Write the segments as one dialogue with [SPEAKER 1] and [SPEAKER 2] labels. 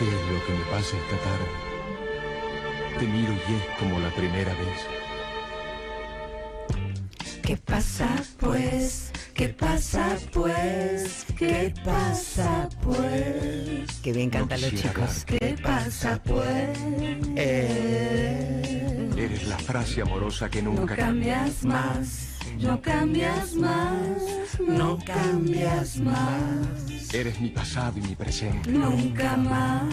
[SPEAKER 1] lo que me pasa esta tarde. Te miro y es como la primera vez.
[SPEAKER 2] ¿Qué pasa pues? ¿Qué pasa pues? ¿Qué pasa pues?
[SPEAKER 3] Que bien cantan
[SPEAKER 1] No
[SPEAKER 3] los
[SPEAKER 1] quisiera
[SPEAKER 3] chicos.
[SPEAKER 2] ¿Qué pasa pues?
[SPEAKER 1] Eres la frase amorosa que
[SPEAKER 2] No
[SPEAKER 1] nunca
[SPEAKER 2] cambias más, no cambias más, no cambias más,
[SPEAKER 1] Eres mi pasado y mi presente.
[SPEAKER 2] nunca más.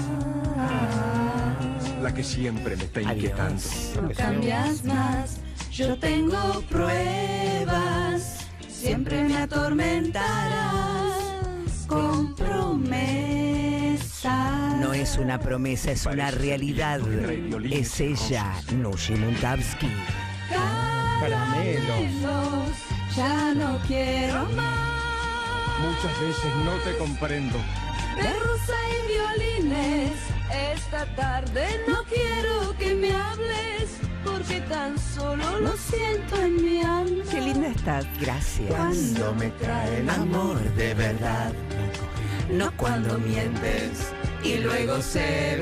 [SPEAKER 1] La que siempre me está inquietando.
[SPEAKER 3] Adiós.
[SPEAKER 2] No cambias más, yo tengo pruebas, siempre me atormentarás con promesas.
[SPEAKER 3] No es una promesa, es una realidad. Es ella, Nushi Montavsky.
[SPEAKER 2] Caramelos, ya no quiero más.
[SPEAKER 1] Muchas veces no te comprendo.
[SPEAKER 2] de rosa y violines. Esta tarde no quiero que me hables porque tan solo lo siento en mi alma.
[SPEAKER 3] Qué linda estás. Gracias.
[SPEAKER 2] Cuando me traen amor
[SPEAKER 3] de verdad, no cuando mientes y luego se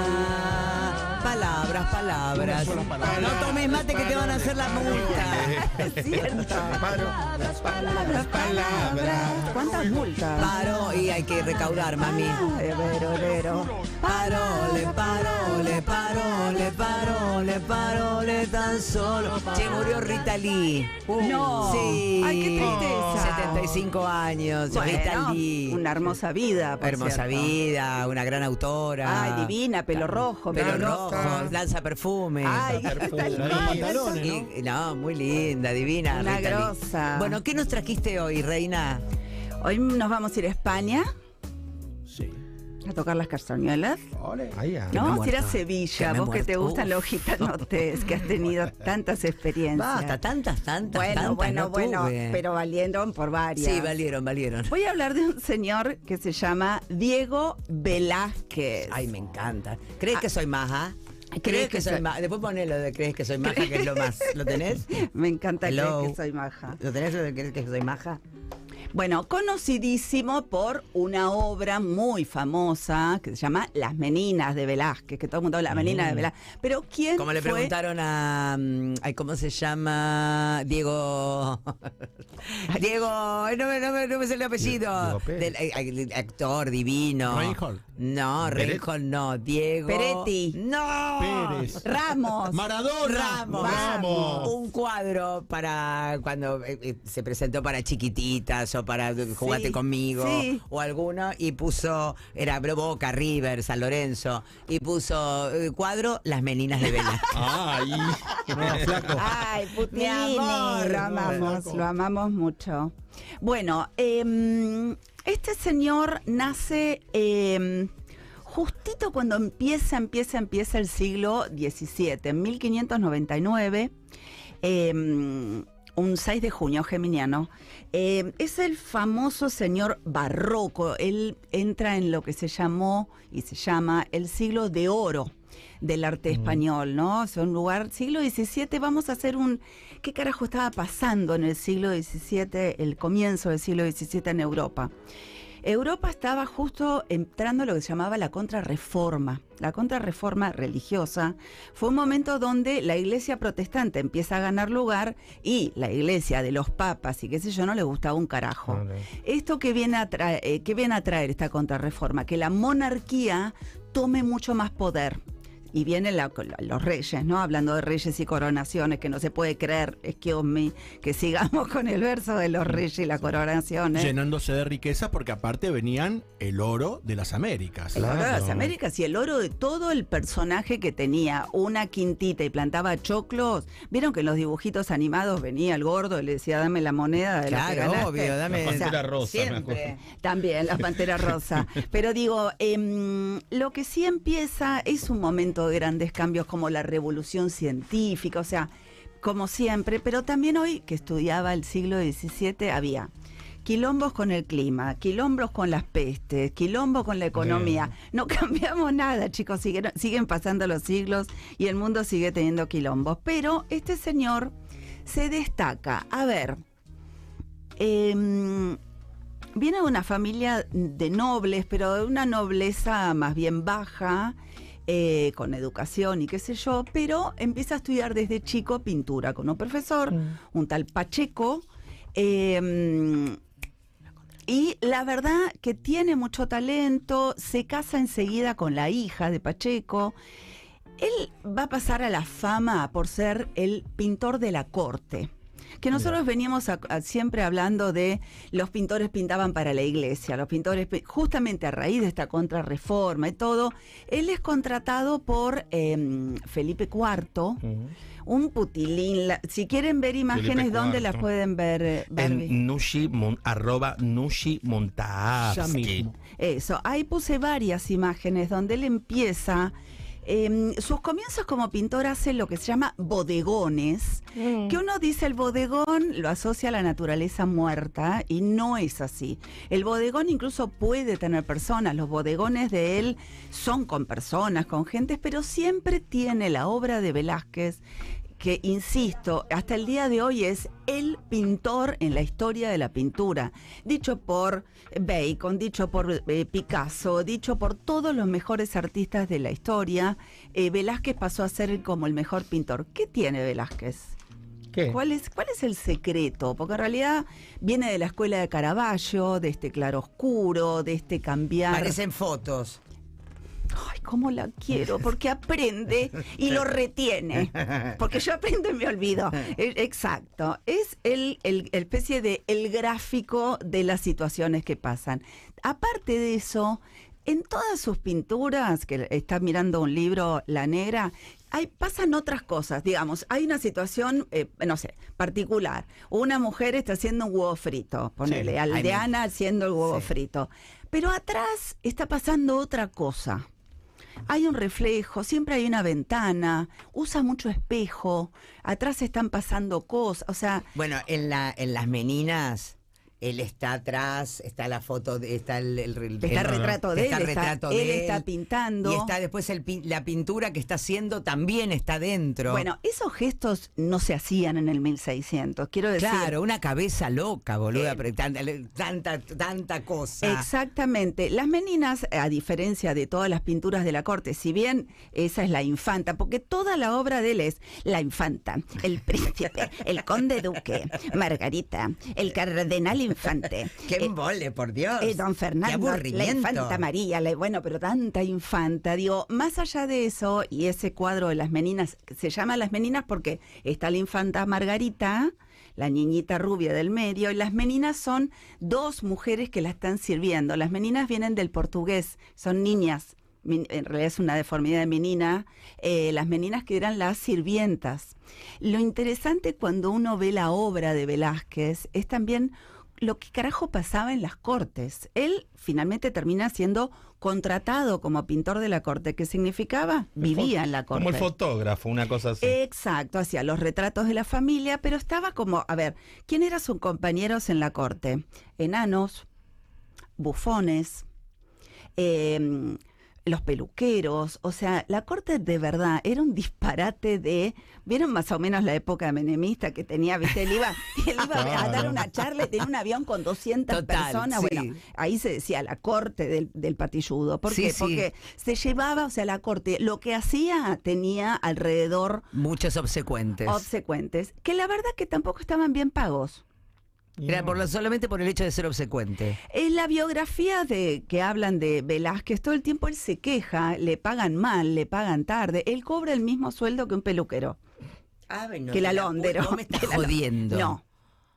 [SPEAKER 3] verá. Palabras, palabras.
[SPEAKER 1] Una sola palabra.
[SPEAKER 3] No tomes mate que te van a hacer la multa. Es cierto.
[SPEAKER 2] Palabras, palabras, palabras.
[SPEAKER 4] ¿Cuántas multas?
[SPEAKER 3] Paro y hay que recaudar, mami.
[SPEAKER 4] Evero, evero.
[SPEAKER 3] Paro, le paro, le paro, le paro, le paro, le tan solo. Se murió Rita Lee.
[SPEAKER 4] No.
[SPEAKER 3] Sí.
[SPEAKER 4] Ay, qué tristeza.
[SPEAKER 3] 75 años. Rita
[SPEAKER 4] Bueno,
[SPEAKER 3] Lee.
[SPEAKER 4] una hermosa vida. por
[SPEAKER 3] Hermosa
[SPEAKER 4] cierto.
[SPEAKER 3] vida, una gran autora.
[SPEAKER 4] Ay, divina, pelo rojo,
[SPEAKER 3] Pelo
[SPEAKER 4] pelo
[SPEAKER 3] rojo, lanza perfume.
[SPEAKER 4] Ay, tal cual,
[SPEAKER 3] Y- no, muy linda, divina.
[SPEAKER 4] Una
[SPEAKER 3] Rita Lee.
[SPEAKER 4] grosa.
[SPEAKER 3] Bueno, ¿qué nos trajiste hoy, reina?
[SPEAKER 4] Hoy nos vamos a ir a España
[SPEAKER 5] Sí.
[SPEAKER 4] a tocar las castañuelas.
[SPEAKER 5] Ahí a-
[SPEAKER 4] No,
[SPEAKER 3] me he
[SPEAKER 4] vamos a ir
[SPEAKER 3] muerto. ah,
[SPEAKER 4] a
[SPEAKER 3] Que
[SPEAKER 4] Sevilla,
[SPEAKER 3] me he
[SPEAKER 4] vos que te
[SPEAKER 3] muerto.
[SPEAKER 4] gustan los gitanotes, que has tenido tantas experiencias.
[SPEAKER 3] Basta, tantas, tantas,
[SPEAKER 4] bueno,
[SPEAKER 3] tantas.
[SPEAKER 4] bueno,
[SPEAKER 3] no
[SPEAKER 4] bueno,
[SPEAKER 3] tuve.
[SPEAKER 4] pero valieron por varias.
[SPEAKER 3] Sí, valieron, valieron.
[SPEAKER 4] Voy a hablar de un señor que se llama Diego Velázquez.
[SPEAKER 3] Ay, me encanta. ¿Crees que soy maja? ¿Crees,
[SPEAKER 4] Ah. ¿Crees
[SPEAKER 3] que,
[SPEAKER 4] que
[SPEAKER 3] soy
[SPEAKER 4] soy-
[SPEAKER 3] maja? Después poné lo de crees que soy maja, que es lo más. ¿Lo tenés?
[SPEAKER 4] Me encanta creer
[SPEAKER 3] Hello.
[SPEAKER 4] que soy maja.
[SPEAKER 3] ¿Lo tenés lo de crees que soy maja?
[SPEAKER 4] Bueno, conocidísimo por una obra muy famosa que se llama Las Meninas de Velázquez, que todo el mundo habla, Las Meninas de Velázquez. Pero ¿quién
[SPEAKER 3] Mm. Como le
[SPEAKER 4] fue?
[SPEAKER 3] preguntaron a. mm, ay, ¿Cómo se llama? Diego. Diego. ay, No me, no me, no me sale el apellido.
[SPEAKER 5] Diego Pérez.
[SPEAKER 3] Del- ay, ay, del actor divino.
[SPEAKER 5] Reinhold.
[SPEAKER 3] No,
[SPEAKER 5] Pérez.
[SPEAKER 3] Reinhold no. Diego.
[SPEAKER 4] Peretti.
[SPEAKER 3] No.
[SPEAKER 5] Pérez.
[SPEAKER 4] Oh, Ramos.
[SPEAKER 5] Maradona.
[SPEAKER 3] Ramos.
[SPEAKER 5] Vamos.
[SPEAKER 3] Un cuadro para cuando eh, eh, se presentó para chiquititas o para eh, jugate
[SPEAKER 4] Sí,
[SPEAKER 3] conmigo
[SPEAKER 4] sí.
[SPEAKER 3] o alguno y puso, era Boca, River, San Lorenzo y puso eh, cuadro Las Meninas de Vela.
[SPEAKER 5] Ay. No, flaco.
[SPEAKER 4] Ay, Putini,
[SPEAKER 3] Mi amor.
[SPEAKER 4] lo amamos, lo amamos mucho. Bueno, em, este señor nace em, justito cuando empieza, empieza, empieza el siglo XVII, en 1599, em, un 6 de junio, geminiano. Em, es el famoso señor barroco. Él entra en lo que se llamó y se llama el siglo de oro del arte español, ¿no? O sea, un lugar, siglo XVII, vamos a hacer un... ¿Qué carajo estaba pasando en el siglo XVII, el comienzo del siglo XVII en Europa? Europa estaba justo entrando a lo que se llamaba la contrarreforma. La contrarreforma religiosa fue un momento donde la iglesia protestante empieza a ganar lugar y la iglesia de los papas y qué sé yo no le gustaba un carajo. Esto que viene, a tra- eh, que viene a traer esta contrarreforma, que la monarquía tome mucho más poder. Y vienen la- los reyes, ¿no? Hablando de reyes y coronaciones, que no se puede creer, excuse me, que sigamos con el verso de los reyes y las coronaciones.
[SPEAKER 6] Llenándose de riquezas porque aparte venían el oro de las Américas.
[SPEAKER 4] El oro de las
[SPEAKER 5] Claro.
[SPEAKER 4] Américas y el oro de todo el personaje que tenía una quintita y plantaba choclos. ¿Vieron que en los dibujitos animados venía el gordo y le decía, dame la moneda de la que
[SPEAKER 3] Claro,
[SPEAKER 4] ganaste"?
[SPEAKER 3] obvio, dame.
[SPEAKER 5] La pantera rosa, me
[SPEAKER 3] Siempre.
[SPEAKER 4] También, la Pantera Rosa. Pero digo, em, lo que sí empieza es un momento de grandes cambios como la revolución científica, o sea, como siempre, pero también hoy que estudiaba el siglo XVII había quilombos con el clima, quilombos con las pestes, quilombo con la economía. No cambiamos nada, chicos, siguen, siguen pasando los siglos y el mundo sigue teniendo quilombos. Pero este señor se destaca, a ver, em, Viene de una familia de nobles, pero de una nobleza más bien baja, eh, con educación y qué sé yo, pero empieza a estudiar desde chico pintura con un profesor, un tal Pacheco. eh, y la verdad que tiene mucho talento, se casa enseguida con la hija de Pacheco. Él va a pasar a la fama por ser el pintor de la corte. Que nosotros veníamos a- a siempre hablando de los pintores pintaban para la iglesia, los pintores, pi- justamente a raíz de esta contrarreforma y todo, él es contratado por em, Felipe IV, un putilín. la- si quieren ver imágenes, ¿dónde las
[SPEAKER 7] IV.
[SPEAKER 4] pueden ver? eh, Barbie?
[SPEAKER 7] En Nushi, Mon- arroba Nushi
[SPEAKER 6] Ya
[SPEAKER 7] Montaavsky.
[SPEAKER 6] mismo.
[SPEAKER 4] Eso, ahí puse varias imágenes donde él empieza. em, sus comienzos como pintor hace lo que se llama bodegones, que uno dice el bodegón lo asocia a la naturaleza muerta y no es así. El bodegón incluso puede tener personas, los bodegones de él son con personas, con gentes, pero siempre tiene la obra de Velázquez que, insisto, hasta el día de hoy es el pintor en la historia de la pintura, dicho por Bacon, dicho por eh, Picasso, dicho por todos los mejores artistas de la historia, eh, Velázquez pasó a ser como el mejor pintor. ¿Qué tiene Velázquez?
[SPEAKER 5] ¿Qué?
[SPEAKER 4] ¿Cuál es, ¿Cuál es el secreto? Porque en realidad viene de la escuela de Caravaggio, de este claroscuro, de este cambiar.
[SPEAKER 3] Parecen fotos.
[SPEAKER 4] Ay, cómo la quiero, porque aprende y lo retiene. Porque yo aprendo y me olvido. E- Exacto. Es el, el- el especie de el gráfico de las situaciones que pasan. Aparte de eso, en todas sus pinturas, que está mirando un libro, La Negra, hay, pasan otras cosas, digamos, hay una situación, eh, no sé, particular. Una mujer está haciendo un huevo frito, ponele, aldeana haciendo el huevo frito. Pero atrás está pasando otra cosa. Hay un reflejo, siempre hay una ventana, usa mucho espejo, atrás están pasando cosas, o sea,
[SPEAKER 3] Bueno, en, la, en las meninas, él está atrás, está la foto, de- está el, el- el-
[SPEAKER 4] Está el retrato de
[SPEAKER 3] está el
[SPEAKER 4] él, está-
[SPEAKER 3] retrato
[SPEAKER 4] él
[SPEAKER 3] de
[SPEAKER 4] está pintando.
[SPEAKER 3] Y está después el pin- la pintura que está haciendo también está dentro.
[SPEAKER 4] bueno, esos gestos no se hacían en el 1600, quiero decir.
[SPEAKER 3] Claro, una cabeza loca,
[SPEAKER 4] Eh,
[SPEAKER 3] boluda, pero tanta, tanta, tanta cosa.
[SPEAKER 4] Exactamente. Las meninas, a diferencia de todas las pinturas de la corte, si bien esa es la infanta, porque toda la obra de él es la infanta, el príncipe, el conde duque, Margarita, el cardenal infante.
[SPEAKER 3] Qué
[SPEAKER 4] eh,
[SPEAKER 3] embole, por Dios.
[SPEAKER 4] eh, don Fernando,
[SPEAKER 3] Qué
[SPEAKER 4] la
[SPEAKER 3] aburrimiento.
[SPEAKER 4] infanta María, la- bueno, pero tanta infanta. Digo, más allá de eso, y ese cuadro de las meninas, que se llama Las meninas porque está la infanta Margarita, la niñita rubia del medio, y las meninas son dos mujeres que la están sirviendo. Las meninas vienen del portugués, son niñas. men- En realidad es una deformidad de menina, eh, las meninas que eran las sirvientas. Lo interesante cuando uno ve la obra de Velázquez es también lo que carajo pasaba en las cortes. Él finalmente termina siendo contratado como pintor de la corte, que significaba vivía en la corte.
[SPEAKER 7] Como el fotógrafo, una cosa así.
[SPEAKER 4] Eh, Exacto, hacía los retratos de la familia, pero estaba como, a ver, ¿quién eran sus compañeros en la corte? Enanos, bufones, eh, los peluqueros, o sea, la corte de verdad era un disparate de, vieron más o menos la época menemista que tenía, viste, él iba, él iba a dar una charla y tenía un avión con 200
[SPEAKER 3] Total,
[SPEAKER 4] personas,
[SPEAKER 3] sí.
[SPEAKER 4] bueno, ahí se decía la corte del, del patilludo, ¿por
[SPEAKER 3] Sí,
[SPEAKER 4] qué?
[SPEAKER 3] sí.
[SPEAKER 4] Porque se llevaba, o sea, la corte, lo que hacía tenía alrededor
[SPEAKER 3] Muchos obsecuentes.
[SPEAKER 4] obsecuentes, que la verdad que tampoco estaban bien pagos.
[SPEAKER 3] Era por lo- solamente por el hecho de ser obsecuente.
[SPEAKER 4] En la biografía de que hablan de Velázquez, todo el tiempo él se queja, le pagan mal, le pagan tarde, él cobra el mismo sueldo que un peluquero, que el alondero.
[SPEAKER 3] No me estás
[SPEAKER 4] que el alon-
[SPEAKER 3] jodiendo.
[SPEAKER 4] No,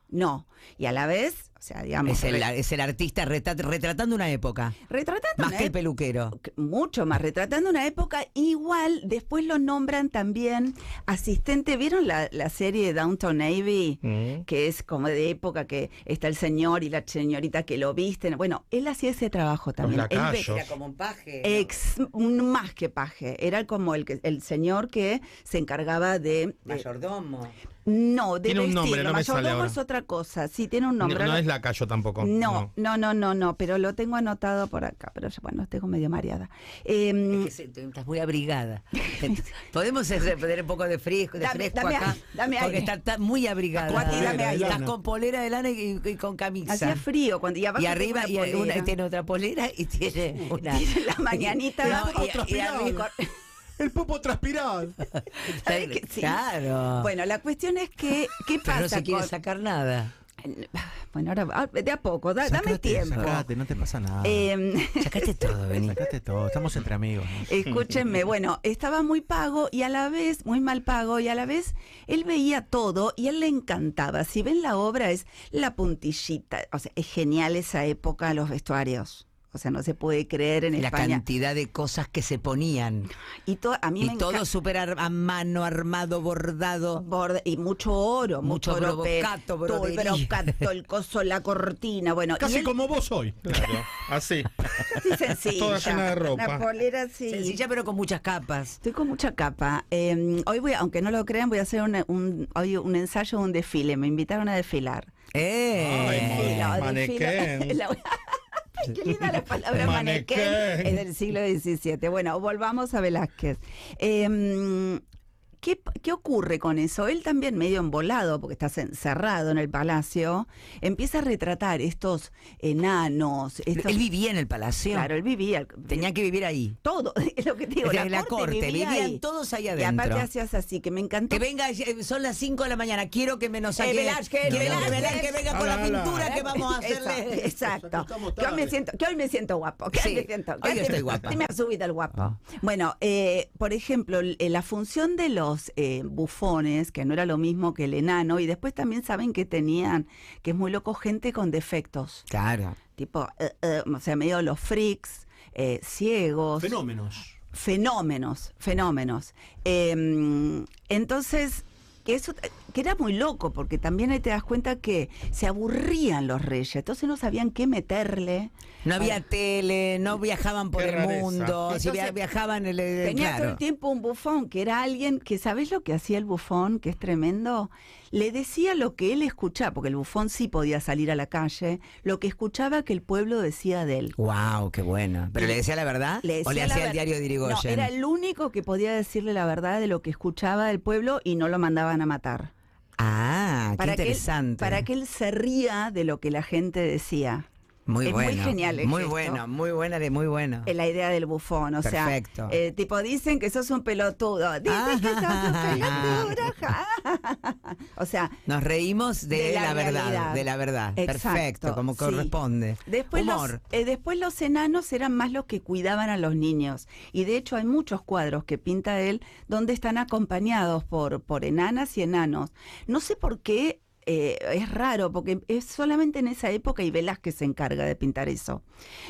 [SPEAKER 4] no. Y a la vez, o sea, digamos,
[SPEAKER 3] Es el,
[SPEAKER 4] re-
[SPEAKER 3] es el artista reta- retratando una época.
[SPEAKER 4] retratando
[SPEAKER 3] Más
[SPEAKER 4] una
[SPEAKER 3] que el
[SPEAKER 4] ép-
[SPEAKER 3] peluquero.
[SPEAKER 4] mucho más, retratando una época igual, después lo nombran también asistente, ¿vieron la, la serie de Downton Abbey?
[SPEAKER 7] Mm.
[SPEAKER 4] que es como de época que está el señor y la señorita que lo visten. Bueno, él hacía ese trabajo también. Él ve-
[SPEAKER 5] lacayos. Era
[SPEAKER 3] como un paje.
[SPEAKER 4] ex- un más que paje. Era como el, que- el señor que se encargaba de... de-
[SPEAKER 3] Mayordomo.
[SPEAKER 4] no, de
[SPEAKER 7] Tiene un nombre,
[SPEAKER 4] vestirlo.
[SPEAKER 7] no me sale
[SPEAKER 4] Mayordomo
[SPEAKER 7] ahora.
[SPEAKER 4] es otra cosa. Sí, tiene un nombre.
[SPEAKER 7] No, no es la lacayo tampoco.
[SPEAKER 4] No, no, no, no, no, pero lo tengo anotado por acá, pero bueno, tengo medio mareada. Em,
[SPEAKER 3] Que se- te- Estás muy abrigada. Podemos hacer- poner un poco de fresco, de
[SPEAKER 4] Dame-
[SPEAKER 3] fresco
[SPEAKER 4] dame
[SPEAKER 3] acá.
[SPEAKER 4] aire, dame
[SPEAKER 3] porque
[SPEAKER 4] aire.
[SPEAKER 3] está, está muy abrigada.
[SPEAKER 4] Cuati, dame Polera de aire.
[SPEAKER 3] Estás
[SPEAKER 6] lana.
[SPEAKER 3] con polera de lana y, y con camisa.
[SPEAKER 4] hacía frío cuando y, abajo
[SPEAKER 3] y
[SPEAKER 4] tengo
[SPEAKER 3] arriba
[SPEAKER 4] una
[SPEAKER 3] y hay una,
[SPEAKER 4] polera.
[SPEAKER 3] tiene otra polera y tiene una.
[SPEAKER 4] Tiene la mañanita.
[SPEAKER 3] No, y- y arriba-
[SPEAKER 6] El popo transpirado.
[SPEAKER 4] ¿Sabes que sí?
[SPEAKER 3] Claro.
[SPEAKER 4] Bueno, la cuestión es que qué
[SPEAKER 3] Ah. pero
[SPEAKER 4] pasa
[SPEAKER 3] no se quiere
[SPEAKER 4] con-
[SPEAKER 3] sacar nada.
[SPEAKER 4] Bueno, ahora ah, de a poco, da- dame tiempo.
[SPEAKER 6] no te pasa nada.
[SPEAKER 4] Em,
[SPEAKER 3] Sacaste todo, vení.
[SPEAKER 6] Sacate todo, estamos entre amigos. ¿no?
[SPEAKER 4] Escúchenme, bueno, estaba muy pago y a la vez, muy mal pago y a la vez, él veía todo y a él le encantaba. Si ven la obra es la puntillita, o sea, es genial esa época, los vestuarios. O sea, no se puede creer en
[SPEAKER 3] La
[SPEAKER 4] España.
[SPEAKER 3] cantidad de cosas que se ponían.
[SPEAKER 4] Y to- a mí
[SPEAKER 3] Y
[SPEAKER 4] me
[SPEAKER 3] todo
[SPEAKER 4] encanta-
[SPEAKER 3] súper ar- a mano, armado, bordado.
[SPEAKER 4] borde- y mucho oro, mucho,
[SPEAKER 3] Mucho
[SPEAKER 4] oro, pe-
[SPEAKER 3] brocato,
[SPEAKER 4] todo el
[SPEAKER 3] brodería.
[SPEAKER 4] brocato, el coso, la cortina, bueno, y
[SPEAKER 6] Casi
[SPEAKER 4] él-
[SPEAKER 6] como vos hoy.
[SPEAKER 7] Claro, así.
[SPEAKER 4] sí, sencilla,
[SPEAKER 7] Toda llena de ropa.
[SPEAKER 4] La polera así.
[SPEAKER 3] Sencilla, pero con muchas capas.
[SPEAKER 4] Estoy con mucha capa. Eh, hoy voy, aunque no lo crean, voy a hacer una- un, hoy un ensayo de un desfile. Me invitaron a desfilar. Em,
[SPEAKER 3] ¡Eh!
[SPEAKER 7] Ay,
[SPEAKER 4] Desfilo,
[SPEAKER 7] manequén.
[SPEAKER 4] desfilo. La- Ay, Qué linda la palabra manequén.
[SPEAKER 7] Manequén.
[SPEAKER 4] Es del siglo XVII. Bueno, volvamos a Velázquez. Eh, ¿Qué, ¿Qué ocurre con eso? Él también medio embolado, porque estás encerrado en el palacio, empieza a retratar estos enanos. Estos,
[SPEAKER 3] Él vivía en el palacio.
[SPEAKER 4] claro, él vivía.
[SPEAKER 3] Tenía que vivir ahí.
[SPEAKER 4] todo, es lo que te digo.
[SPEAKER 3] Desde
[SPEAKER 4] la
[SPEAKER 3] la
[SPEAKER 4] corte,
[SPEAKER 3] corte,
[SPEAKER 4] vivía
[SPEAKER 3] vivían
[SPEAKER 4] ahí.
[SPEAKER 3] todos ahí
[SPEAKER 4] Y aparte
[SPEAKER 3] adentro.
[SPEAKER 4] hacías así, que me encantó.
[SPEAKER 3] Que venga, eh, son las 5 de la mañana, quiero que me nos saque.
[SPEAKER 4] Eh, Velázquez,
[SPEAKER 3] que venga,
[SPEAKER 4] Velázquez.
[SPEAKER 3] Velázquez venga con la
[SPEAKER 7] Ala, ala.
[SPEAKER 3] pintura que vamos a
[SPEAKER 4] Exacto,
[SPEAKER 3] hacerle.
[SPEAKER 4] Exacto.
[SPEAKER 6] Estamos
[SPEAKER 4] Que hoy, me
[SPEAKER 6] tarde.
[SPEAKER 4] siento, que hoy me siento guapo. Que hoy
[SPEAKER 3] Sí,
[SPEAKER 4] me siento. que
[SPEAKER 3] hoy estoy guapa. Ah.
[SPEAKER 4] Sí me ha subido el guapo. Bueno, eh, por ejemplo, l- eh, la función de los eh, bufones, que no era lo mismo que el enano, y después también saben que tenían, que es muy loco, gente con defectos.
[SPEAKER 3] Claro.
[SPEAKER 4] Tipo, eh, eh, o sea, medio los freaks, eh, ciegos.
[SPEAKER 6] Fenómenos.
[SPEAKER 4] Fenómenos, fenómenos. Eh, entonces, que eso que era muy loco, porque también ahí te das cuenta que se aburrían los reyes, entonces no sabían qué meterle.
[SPEAKER 3] No había tele, no viajaban por
[SPEAKER 7] Qué
[SPEAKER 3] el
[SPEAKER 7] rareza.
[SPEAKER 3] mundo. si via-
[SPEAKER 4] Entonces,
[SPEAKER 3] viajaban, el, el-
[SPEAKER 4] Tenía todo
[SPEAKER 3] Eh, claro.
[SPEAKER 4] el tiempo un bufón, que era alguien que, ¿sabés lo que hacía el bufón? Que es tremendo. Le decía lo que él escuchaba, porque el bufón sí podía salir a la calle, lo que escuchaba que el pueblo decía de él.
[SPEAKER 3] Wow, qué bueno. ¿Pero le decía la verdad? ¿O le
[SPEAKER 4] decía la
[SPEAKER 3] hacía el
[SPEAKER 4] ver-
[SPEAKER 3] diario de
[SPEAKER 4] No,
[SPEAKER 3] Irigoyen?
[SPEAKER 4] era el único que podía decirle la verdad de lo que escuchaba del pueblo y no lo mandaban a matar.
[SPEAKER 3] Ah, qué
[SPEAKER 4] que él-
[SPEAKER 3] interesante.
[SPEAKER 4] para que él se ría de lo que la gente decía.
[SPEAKER 3] muy
[SPEAKER 4] es muy
[SPEAKER 3] bueno.
[SPEAKER 4] genial el
[SPEAKER 3] Muy
[SPEAKER 4] gesto.
[SPEAKER 3] bueno, muy buena, de- muy bueno.
[SPEAKER 4] Eh, La idea del bufón, o
[SPEAKER 3] Ah. Perfecto.
[SPEAKER 4] sea, eh, tipo, dicen que sos un pelotudo, dicen que sos un pelotudo, ja, ja, ja, ja. o sea,
[SPEAKER 3] Nos reímos de,
[SPEAKER 4] de la
[SPEAKER 3] la,
[SPEAKER 4] realidad.
[SPEAKER 3] verdad, de la verdad.
[SPEAKER 4] Exacto,
[SPEAKER 3] Perfecto, como
[SPEAKER 4] sí.
[SPEAKER 3] corresponde.
[SPEAKER 4] después los,
[SPEAKER 3] Humor.
[SPEAKER 4] eh, después los enanos eran más los que cuidaban a los niños, y de hecho hay muchos cuadros que pinta él donde están acompañados por, por enanas y enanos. No sé por qué... eh, es raro porque es solamente en esa época y Velázquez se encarga de pintar eso.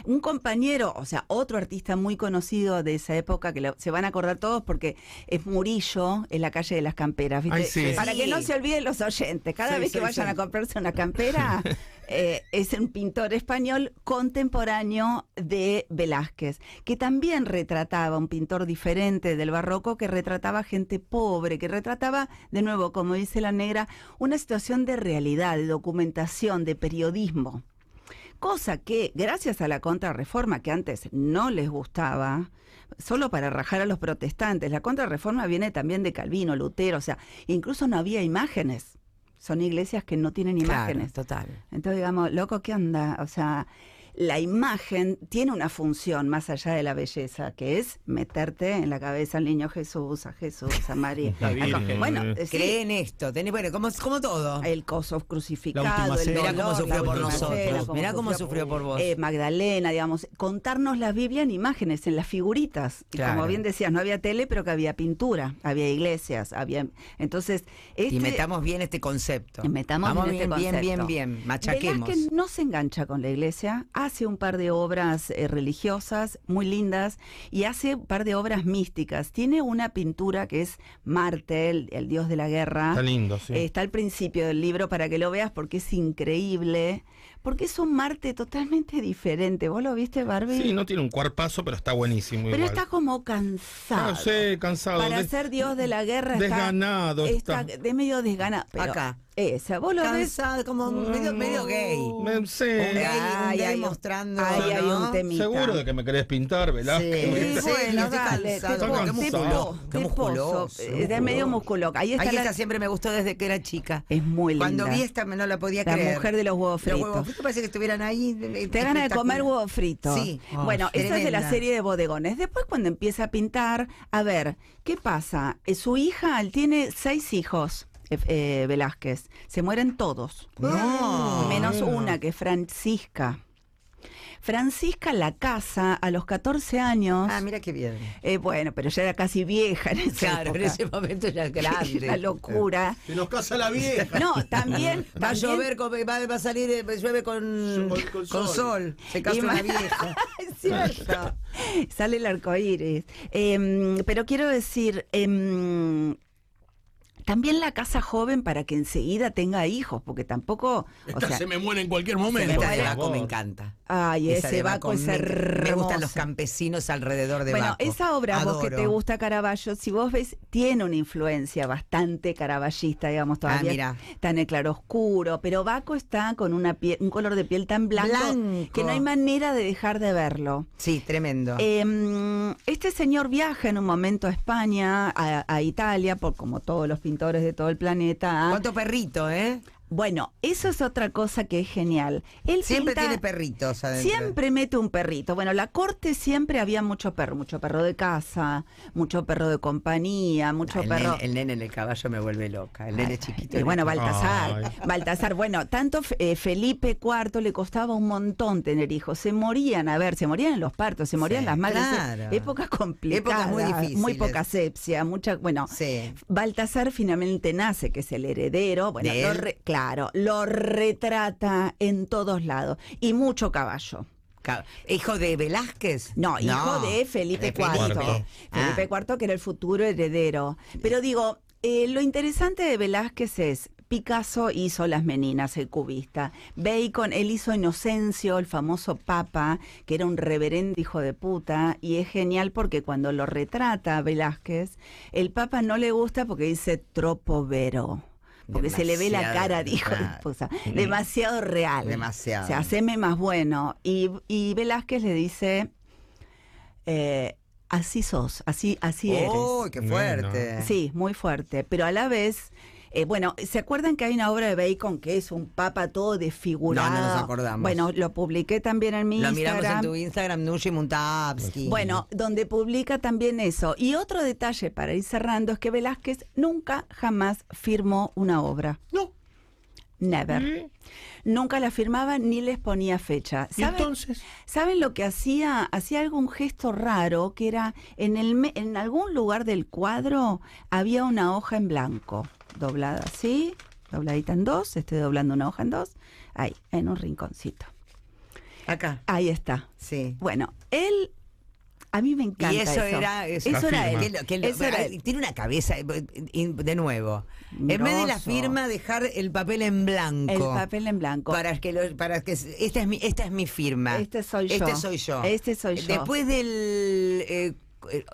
[SPEAKER 4] un compañero, o sea, otro artista muy conocido de esa época, que lo- se van a acordar todos porque es Murillo en la calle de las camperas, ¿viste?
[SPEAKER 7] Ay, sí.
[SPEAKER 4] Para
[SPEAKER 3] Sí.
[SPEAKER 4] que no se olviden los oyentes, cada
[SPEAKER 6] Sí,
[SPEAKER 4] vez que
[SPEAKER 6] sí,
[SPEAKER 4] vayan
[SPEAKER 6] sí.
[SPEAKER 4] a comprarse una campera, eh, es un pintor español contemporáneo de Velázquez, que también retrataba, un pintor diferente del barroco, que retrataba gente pobre, que retrataba, de nuevo, como dice la negra, una situación de realidad, de documentación, de periodismo cosa que gracias a la contrarreforma que antes no les gustaba, solo para rajar a los protestantes, la contrarreforma viene también de Calvino, Lutero, o sea, incluso no había imágenes. Son iglesias que no tienen imágenes.
[SPEAKER 3] Claro, total.
[SPEAKER 4] Entonces, digamos, loco, ¿qué onda? O sea, la imagen tiene una función más allá de la belleza, que es meterte en la cabeza al niño Jesús, a Jesús, a María.
[SPEAKER 7] La Virgen.
[SPEAKER 4] bueno, eh, sí,
[SPEAKER 3] Cree en esto. Tenés, bueno, como, como todo.
[SPEAKER 4] el coso crucificado,
[SPEAKER 6] La última
[SPEAKER 4] el
[SPEAKER 6] cena.
[SPEAKER 3] Mirá
[SPEAKER 4] dolor,
[SPEAKER 3] cómo
[SPEAKER 4] la
[SPEAKER 3] sufrió por
[SPEAKER 4] última cena,
[SPEAKER 3] nosotros. Mirá cómo
[SPEAKER 4] por-
[SPEAKER 3] sufrió por vos.
[SPEAKER 4] eh, Magdalena, digamos, contarnos la Biblia en imágenes, en las figuritas. Y
[SPEAKER 3] Claro.
[SPEAKER 4] como bien decías, no había tele, pero que había pintura, había iglesias, había... Entonces, este...
[SPEAKER 3] y metamos bien este concepto.
[SPEAKER 4] Y metamos
[SPEAKER 3] Vamos
[SPEAKER 4] bien este
[SPEAKER 3] bien,
[SPEAKER 4] concepto.
[SPEAKER 3] bien, bien, bien. Machaquemos.
[SPEAKER 4] Velázquez no se engancha con la iglesia, hace un par de obras eh, religiosas muy lindas y hace un par de obras místicas. Tiene una pintura que es Marte, el, el dios de la guerra.
[SPEAKER 7] Está lindo, sí.
[SPEAKER 4] Eh, Está al principio del libro para que lo veas porque es increíble, porque es un Marte totalmente diferente. ¿Vos lo viste, Barbie?
[SPEAKER 7] Sí, no tiene un cuerpazo, pero está buenísimo.
[SPEAKER 4] Pero
[SPEAKER 7] igual.
[SPEAKER 4] está como cansado.
[SPEAKER 7] No sé, cansado.
[SPEAKER 4] Para
[SPEAKER 7] de-
[SPEAKER 4] ser dios de la guerra está-
[SPEAKER 7] Desganado
[SPEAKER 4] está,
[SPEAKER 7] está.
[SPEAKER 4] de medio desganado. Pero
[SPEAKER 3] Acá.
[SPEAKER 4] Esa, vos lo ves.
[SPEAKER 3] Cansado, como medio, medio gay. Un
[SPEAKER 7] Me-
[SPEAKER 3] gay,
[SPEAKER 7] sí.
[SPEAKER 3] un
[SPEAKER 4] Ay,
[SPEAKER 3] gay
[SPEAKER 4] ay,
[SPEAKER 3] mostrando.
[SPEAKER 4] Ahí hay
[SPEAKER 3] ¿no?
[SPEAKER 4] un temita.
[SPEAKER 7] Seguro de que me querés pintar,
[SPEAKER 3] Sí,
[SPEAKER 7] Velázquez.
[SPEAKER 3] sí,
[SPEAKER 4] bueno,
[SPEAKER 3] estoy
[SPEAKER 4] dale, te
[SPEAKER 3] cansado.
[SPEAKER 4] po- te
[SPEAKER 7] Qué musculoso,
[SPEAKER 4] po-
[SPEAKER 3] qué
[SPEAKER 4] te poso,
[SPEAKER 3] musculoso,
[SPEAKER 4] eh, de medio musculoso. Ahí está,
[SPEAKER 3] Ahí
[SPEAKER 4] la-
[SPEAKER 3] está, siempre me gustó desde que era chica.
[SPEAKER 4] es muy linda.
[SPEAKER 3] Cuando vi esta me- no la podía
[SPEAKER 4] la
[SPEAKER 3] creer.
[SPEAKER 4] mujer de los huevos fritos.
[SPEAKER 3] Los huevos fritos parece que estuvieran ahí. eh,
[SPEAKER 4] Te dan ganas de comer huevo frito. Oh,
[SPEAKER 3] Sí.
[SPEAKER 4] Bueno,
[SPEAKER 3] Ay,
[SPEAKER 4] esa es de la
[SPEAKER 3] Oh, tremenda.
[SPEAKER 4] serie de bodegones. Después cuando empieza a pintar, a ver, ¿qué pasa? Eh, Su hija, él tiene seis hijos, eh, eh, Velázquez. Se mueren todos.
[SPEAKER 3] No.
[SPEAKER 4] Menos una, que es Francisca. Francisca la casa a los 14 años.
[SPEAKER 3] Ah, mira qué bien.
[SPEAKER 4] Eh, bueno, pero ya era casi vieja en esa
[SPEAKER 3] Claro, en
[SPEAKER 4] época.
[SPEAKER 3] ese momento ya es grande.
[SPEAKER 4] La locura.
[SPEAKER 6] Se nos casa la vieja.
[SPEAKER 4] No, también.
[SPEAKER 3] Va a
[SPEAKER 4] también-
[SPEAKER 3] llover, con- va, va a salir, eh, llueve
[SPEAKER 6] Con-
[SPEAKER 3] con,
[SPEAKER 6] con
[SPEAKER 3] con sol.
[SPEAKER 6] sol.
[SPEAKER 3] Se casa
[SPEAKER 4] Ima-
[SPEAKER 3] una vieja.
[SPEAKER 4] Es cierto. Sale el arco iris. Em, pero quiero decir. em, también la casa joven para que enseguida tenga hijos, porque tampoco. O
[SPEAKER 6] Esta
[SPEAKER 4] sea,
[SPEAKER 6] se me muere en cualquier momento.
[SPEAKER 3] Esta de
[SPEAKER 7] favor.
[SPEAKER 3] Baco me encanta.
[SPEAKER 4] ay,
[SPEAKER 3] Esa de
[SPEAKER 4] ese Baco es
[SPEAKER 3] me- Me
[SPEAKER 4] hermoso.
[SPEAKER 3] gustan los campesinos alrededor de
[SPEAKER 4] bueno,
[SPEAKER 3] Baco.
[SPEAKER 4] esa obra vos que
[SPEAKER 3] Adoro.
[SPEAKER 4] te gusta Caravaggio, si vos ves, tiene una influencia bastante caravallista, digamos,
[SPEAKER 3] Ah,
[SPEAKER 4] todavía
[SPEAKER 3] mira.
[SPEAKER 4] está en el claroscuro, pero Baco está con una pie- un color de piel tan blanco,
[SPEAKER 3] Blanco.
[SPEAKER 4] que no hay manera de dejar de verlo.
[SPEAKER 3] Sí, tremendo.
[SPEAKER 4] Eh, este señor viaja en un momento a España, a, a Italia, por como todos los pintores de todo el planeta. a-
[SPEAKER 3] ¿Cuánto perrito, eh?
[SPEAKER 4] Bueno, eso es otra cosa que es genial. Él
[SPEAKER 3] Siempre
[SPEAKER 4] pinta-
[SPEAKER 3] tiene perritos adentro.
[SPEAKER 4] Siempre mete un perrito. Bueno, la corte siempre había mucho perro, mucho perro de casa, mucho perro de compañía, mucho
[SPEAKER 3] el,
[SPEAKER 4] perro.
[SPEAKER 3] nene, el nene en el caballo me vuelve loca. El nene chiquito.
[SPEAKER 4] Y Eh, bueno, Baltasar,
[SPEAKER 7] Ay.
[SPEAKER 4] Baltasar, bueno, tanto eh, Felipe IV le costaba un montón tener hijos, se morían, a ver, se morían en los partos, se morían
[SPEAKER 3] Sí,
[SPEAKER 4] las madres, eh,
[SPEAKER 3] claro.
[SPEAKER 4] épocas complicadas,
[SPEAKER 3] Épocas muy difíciles.
[SPEAKER 4] muy poca asepsia, mucha, bueno,
[SPEAKER 3] Sí.
[SPEAKER 4] Baltasar finalmente nace, que es el heredero, bueno,
[SPEAKER 3] ¿De
[SPEAKER 4] lo
[SPEAKER 3] él?
[SPEAKER 4] re- claro, lo retrata en todos lados y mucho caballo.
[SPEAKER 3] Ca- ¿Hijo de Velázquez?
[SPEAKER 4] No, hijo de Felipe
[SPEAKER 3] de
[SPEAKER 4] IV.
[SPEAKER 3] Felipe. Ah.
[SPEAKER 4] Felipe IV, que era el futuro heredero. Pero digo, eh, lo interesante de Velázquez es. Picasso hizo Las Meninas, el cubista. Bacon, él hizo Inocencio, el famoso papa, que era un reverendo hijo de puta. Y es genial porque cuando lo retrata Velázquez, el papa no le gusta porque dice tropo vero. Porque se le ve la
[SPEAKER 3] Demasiado
[SPEAKER 4] cara, dijo
[SPEAKER 3] real. Mm.
[SPEAKER 4] de puta. Demasiado real.
[SPEAKER 3] Demasiado.
[SPEAKER 4] O sea, haceme más bueno. Y, y Velázquez le dice, eh, así sos, así, así
[SPEAKER 3] ¡Uy, qué fuerte!
[SPEAKER 4] eres. Sí, muy fuerte, pero a la vez, eh, bueno, ¿se acuerdan que hay una obra de Bacon que es un papa todo desfigurado?
[SPEAKER 3] No, no nos acordamos.
[SPEAKER 4] Bueno, lo publiqué también en mi
[SPEAKER 3] Lo miramos en
[SPEAKER 4] Instagram.
[SPEAKER 3] tu Instagram, Nushi Muntavsky.
[SPEAKER 4] Bueno, donde publica también eso. Y otro detalle para ir cerrando es que Velázquez nunca jamás firmó una obra.
[SPEAKER 6] No. Mm.
[SPEAKER 4] Never. Nunca la firmaba ni les ponía fecha.
[SPEAKER 6] ¿Y
[SPEAKER 4] ¿Saben-
[SPEAKER 6] entonces?
[SPEAKER 4] ¿Saben lo que hacía? Hacía algún gesto raro que era en, el me- en algún lugar del cuadro había una hoja en blanco, doblada así, dobladita en dos, estoy doblando una hoja en dos, ahí, en un rinconcito.
[SPEAKER 3] Acá.
[SPEAKER 4] Ahí está.
[SPEAKER 3] Sí.
[SPEAKER 4] Bueno, él, a mí me encanta.
[SPEAKER 3] Y eso, era.
[SPEAKER 4] Eso,
[SPEAKER 7] La
[SPEAKER 4] era él.
[SPEAKER 7] firma.
[SPEAKER 3] Que lo- que lo-
[SPEAKER 4] Eso era
[SPEAKER 3] ay,
[SPEAKER 4] él.
[SPEAKER 3] Tiene una cabeza. eh, eh, De nuevo. En vez de la
[SPEAKER 4] Grosso.
[SPEAKER 3] firma, dejar el papel en blanco.
[SPEAKER 4] El papel en blanco.
[SPEAKER 3] Para que, lo- para que esta, es mi, esta es mi firma.
[SPEAKER 4] Este soy yo.
[SPEAKER 3] Este soy yo.
[SPEAKER 4] Este soy yo.
[SPEAKER 3] Después del. eh,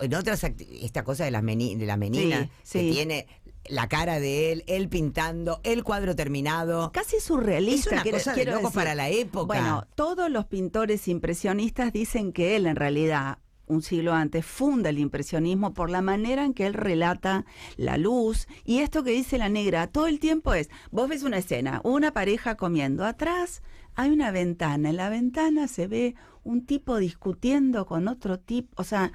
[SPEAKER 3] en otras. acti- Esta cosa de las, meni- de las meninas. que
[SPEAKER 4] Sí, sí.
[SPEAKER 3] tiene la cara de él, él pintando, el cuadro terminado.
[SPEAKER 4] casi surrealista.
[SPEAKER 3] Es una
[SPEAKER 4] quiero-
[SPEAKER 3] cosa de
[SPEAKER 4] quiero
[SPEAKER 3] loco
[SPEAKER 4] decir.
[SPEAKER 3] para la época.
[SPEAKER 4] Bueno, todos los pintores impresionistas dicen que él en realidad un siglo antes funda el impresionismo por la manera en que él relata la luz y esto que dice la negra todo el tiempo es, vos ves una escena, una pareja comiendo atrás, hay una ventana, en la ventana se ve un tipo discutiendo con otro tipo, o sea,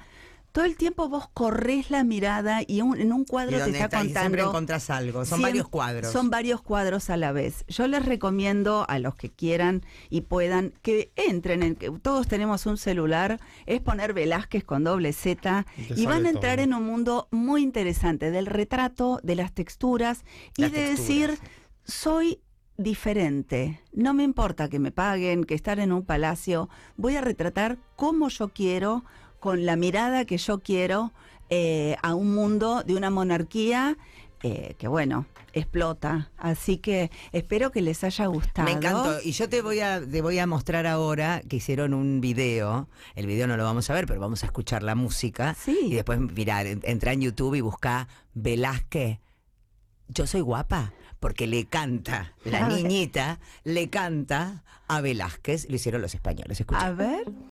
[SPEAKER 4] todo el tiempo vos corres la mirada y un- en un
[SPEAKER 3] Y
[SPEAKER 4] cuadro te
[SPEAKER 3] donde
[SPEAKER 4] está,
[SPEAKER 3] y siempre
[SPEAKER 4] contando
[SPEAKER 3] encontrás algo. Son
[SPEAKER 4] Siem-
[SPEAKER 3] varios cuadros.
[SPEAKER 4] Son varios cuadros a la vez. Yo les recomiendo a los que quieran y puedan que entren en que todos tenemos un celular, es poner Velázquez con doble Z
[SPEAKER 7] Y te
[SPEAKER 4] y van
[SPEAKER 7] sale
[SPEAKER 4] a entrar
[SPEAKER 7] todo.
[SPEAKER 4] en un mundo muy interesante del retrato, de las texturas y
[SPEAKER 3] Las
[SPEAKER 4] de
[SPEAKER 3] texturas.
[SPEAKER 4] decir soy diferente. No me importa que me paguen, que estar en un palacio, voy a retratar como yo quiero, con la mirada que yo quiero eh, a un mundo de una monarquía eh, que bueno, explota. Así que espero que les haya gustado.
[SPEAKER 3] Me encantó. Y yo te voy a te voy a mostrar ahora que hicieron un video. El video no lo vamos a ver, pero vamos a escuchar la música.
[SPEAKER 4] Sí.
[SPEAKER 3] Y después mirar, en- entra en YouTube y busca Velázquez. Yo soy guapa. Porque le canta, la
[SPEAKER 4] A ver.
[SPEAKER 3] niñita le canta a Velázquez, lo hicieron los españoles. Escucha.
[SPEAKER 4] A ver.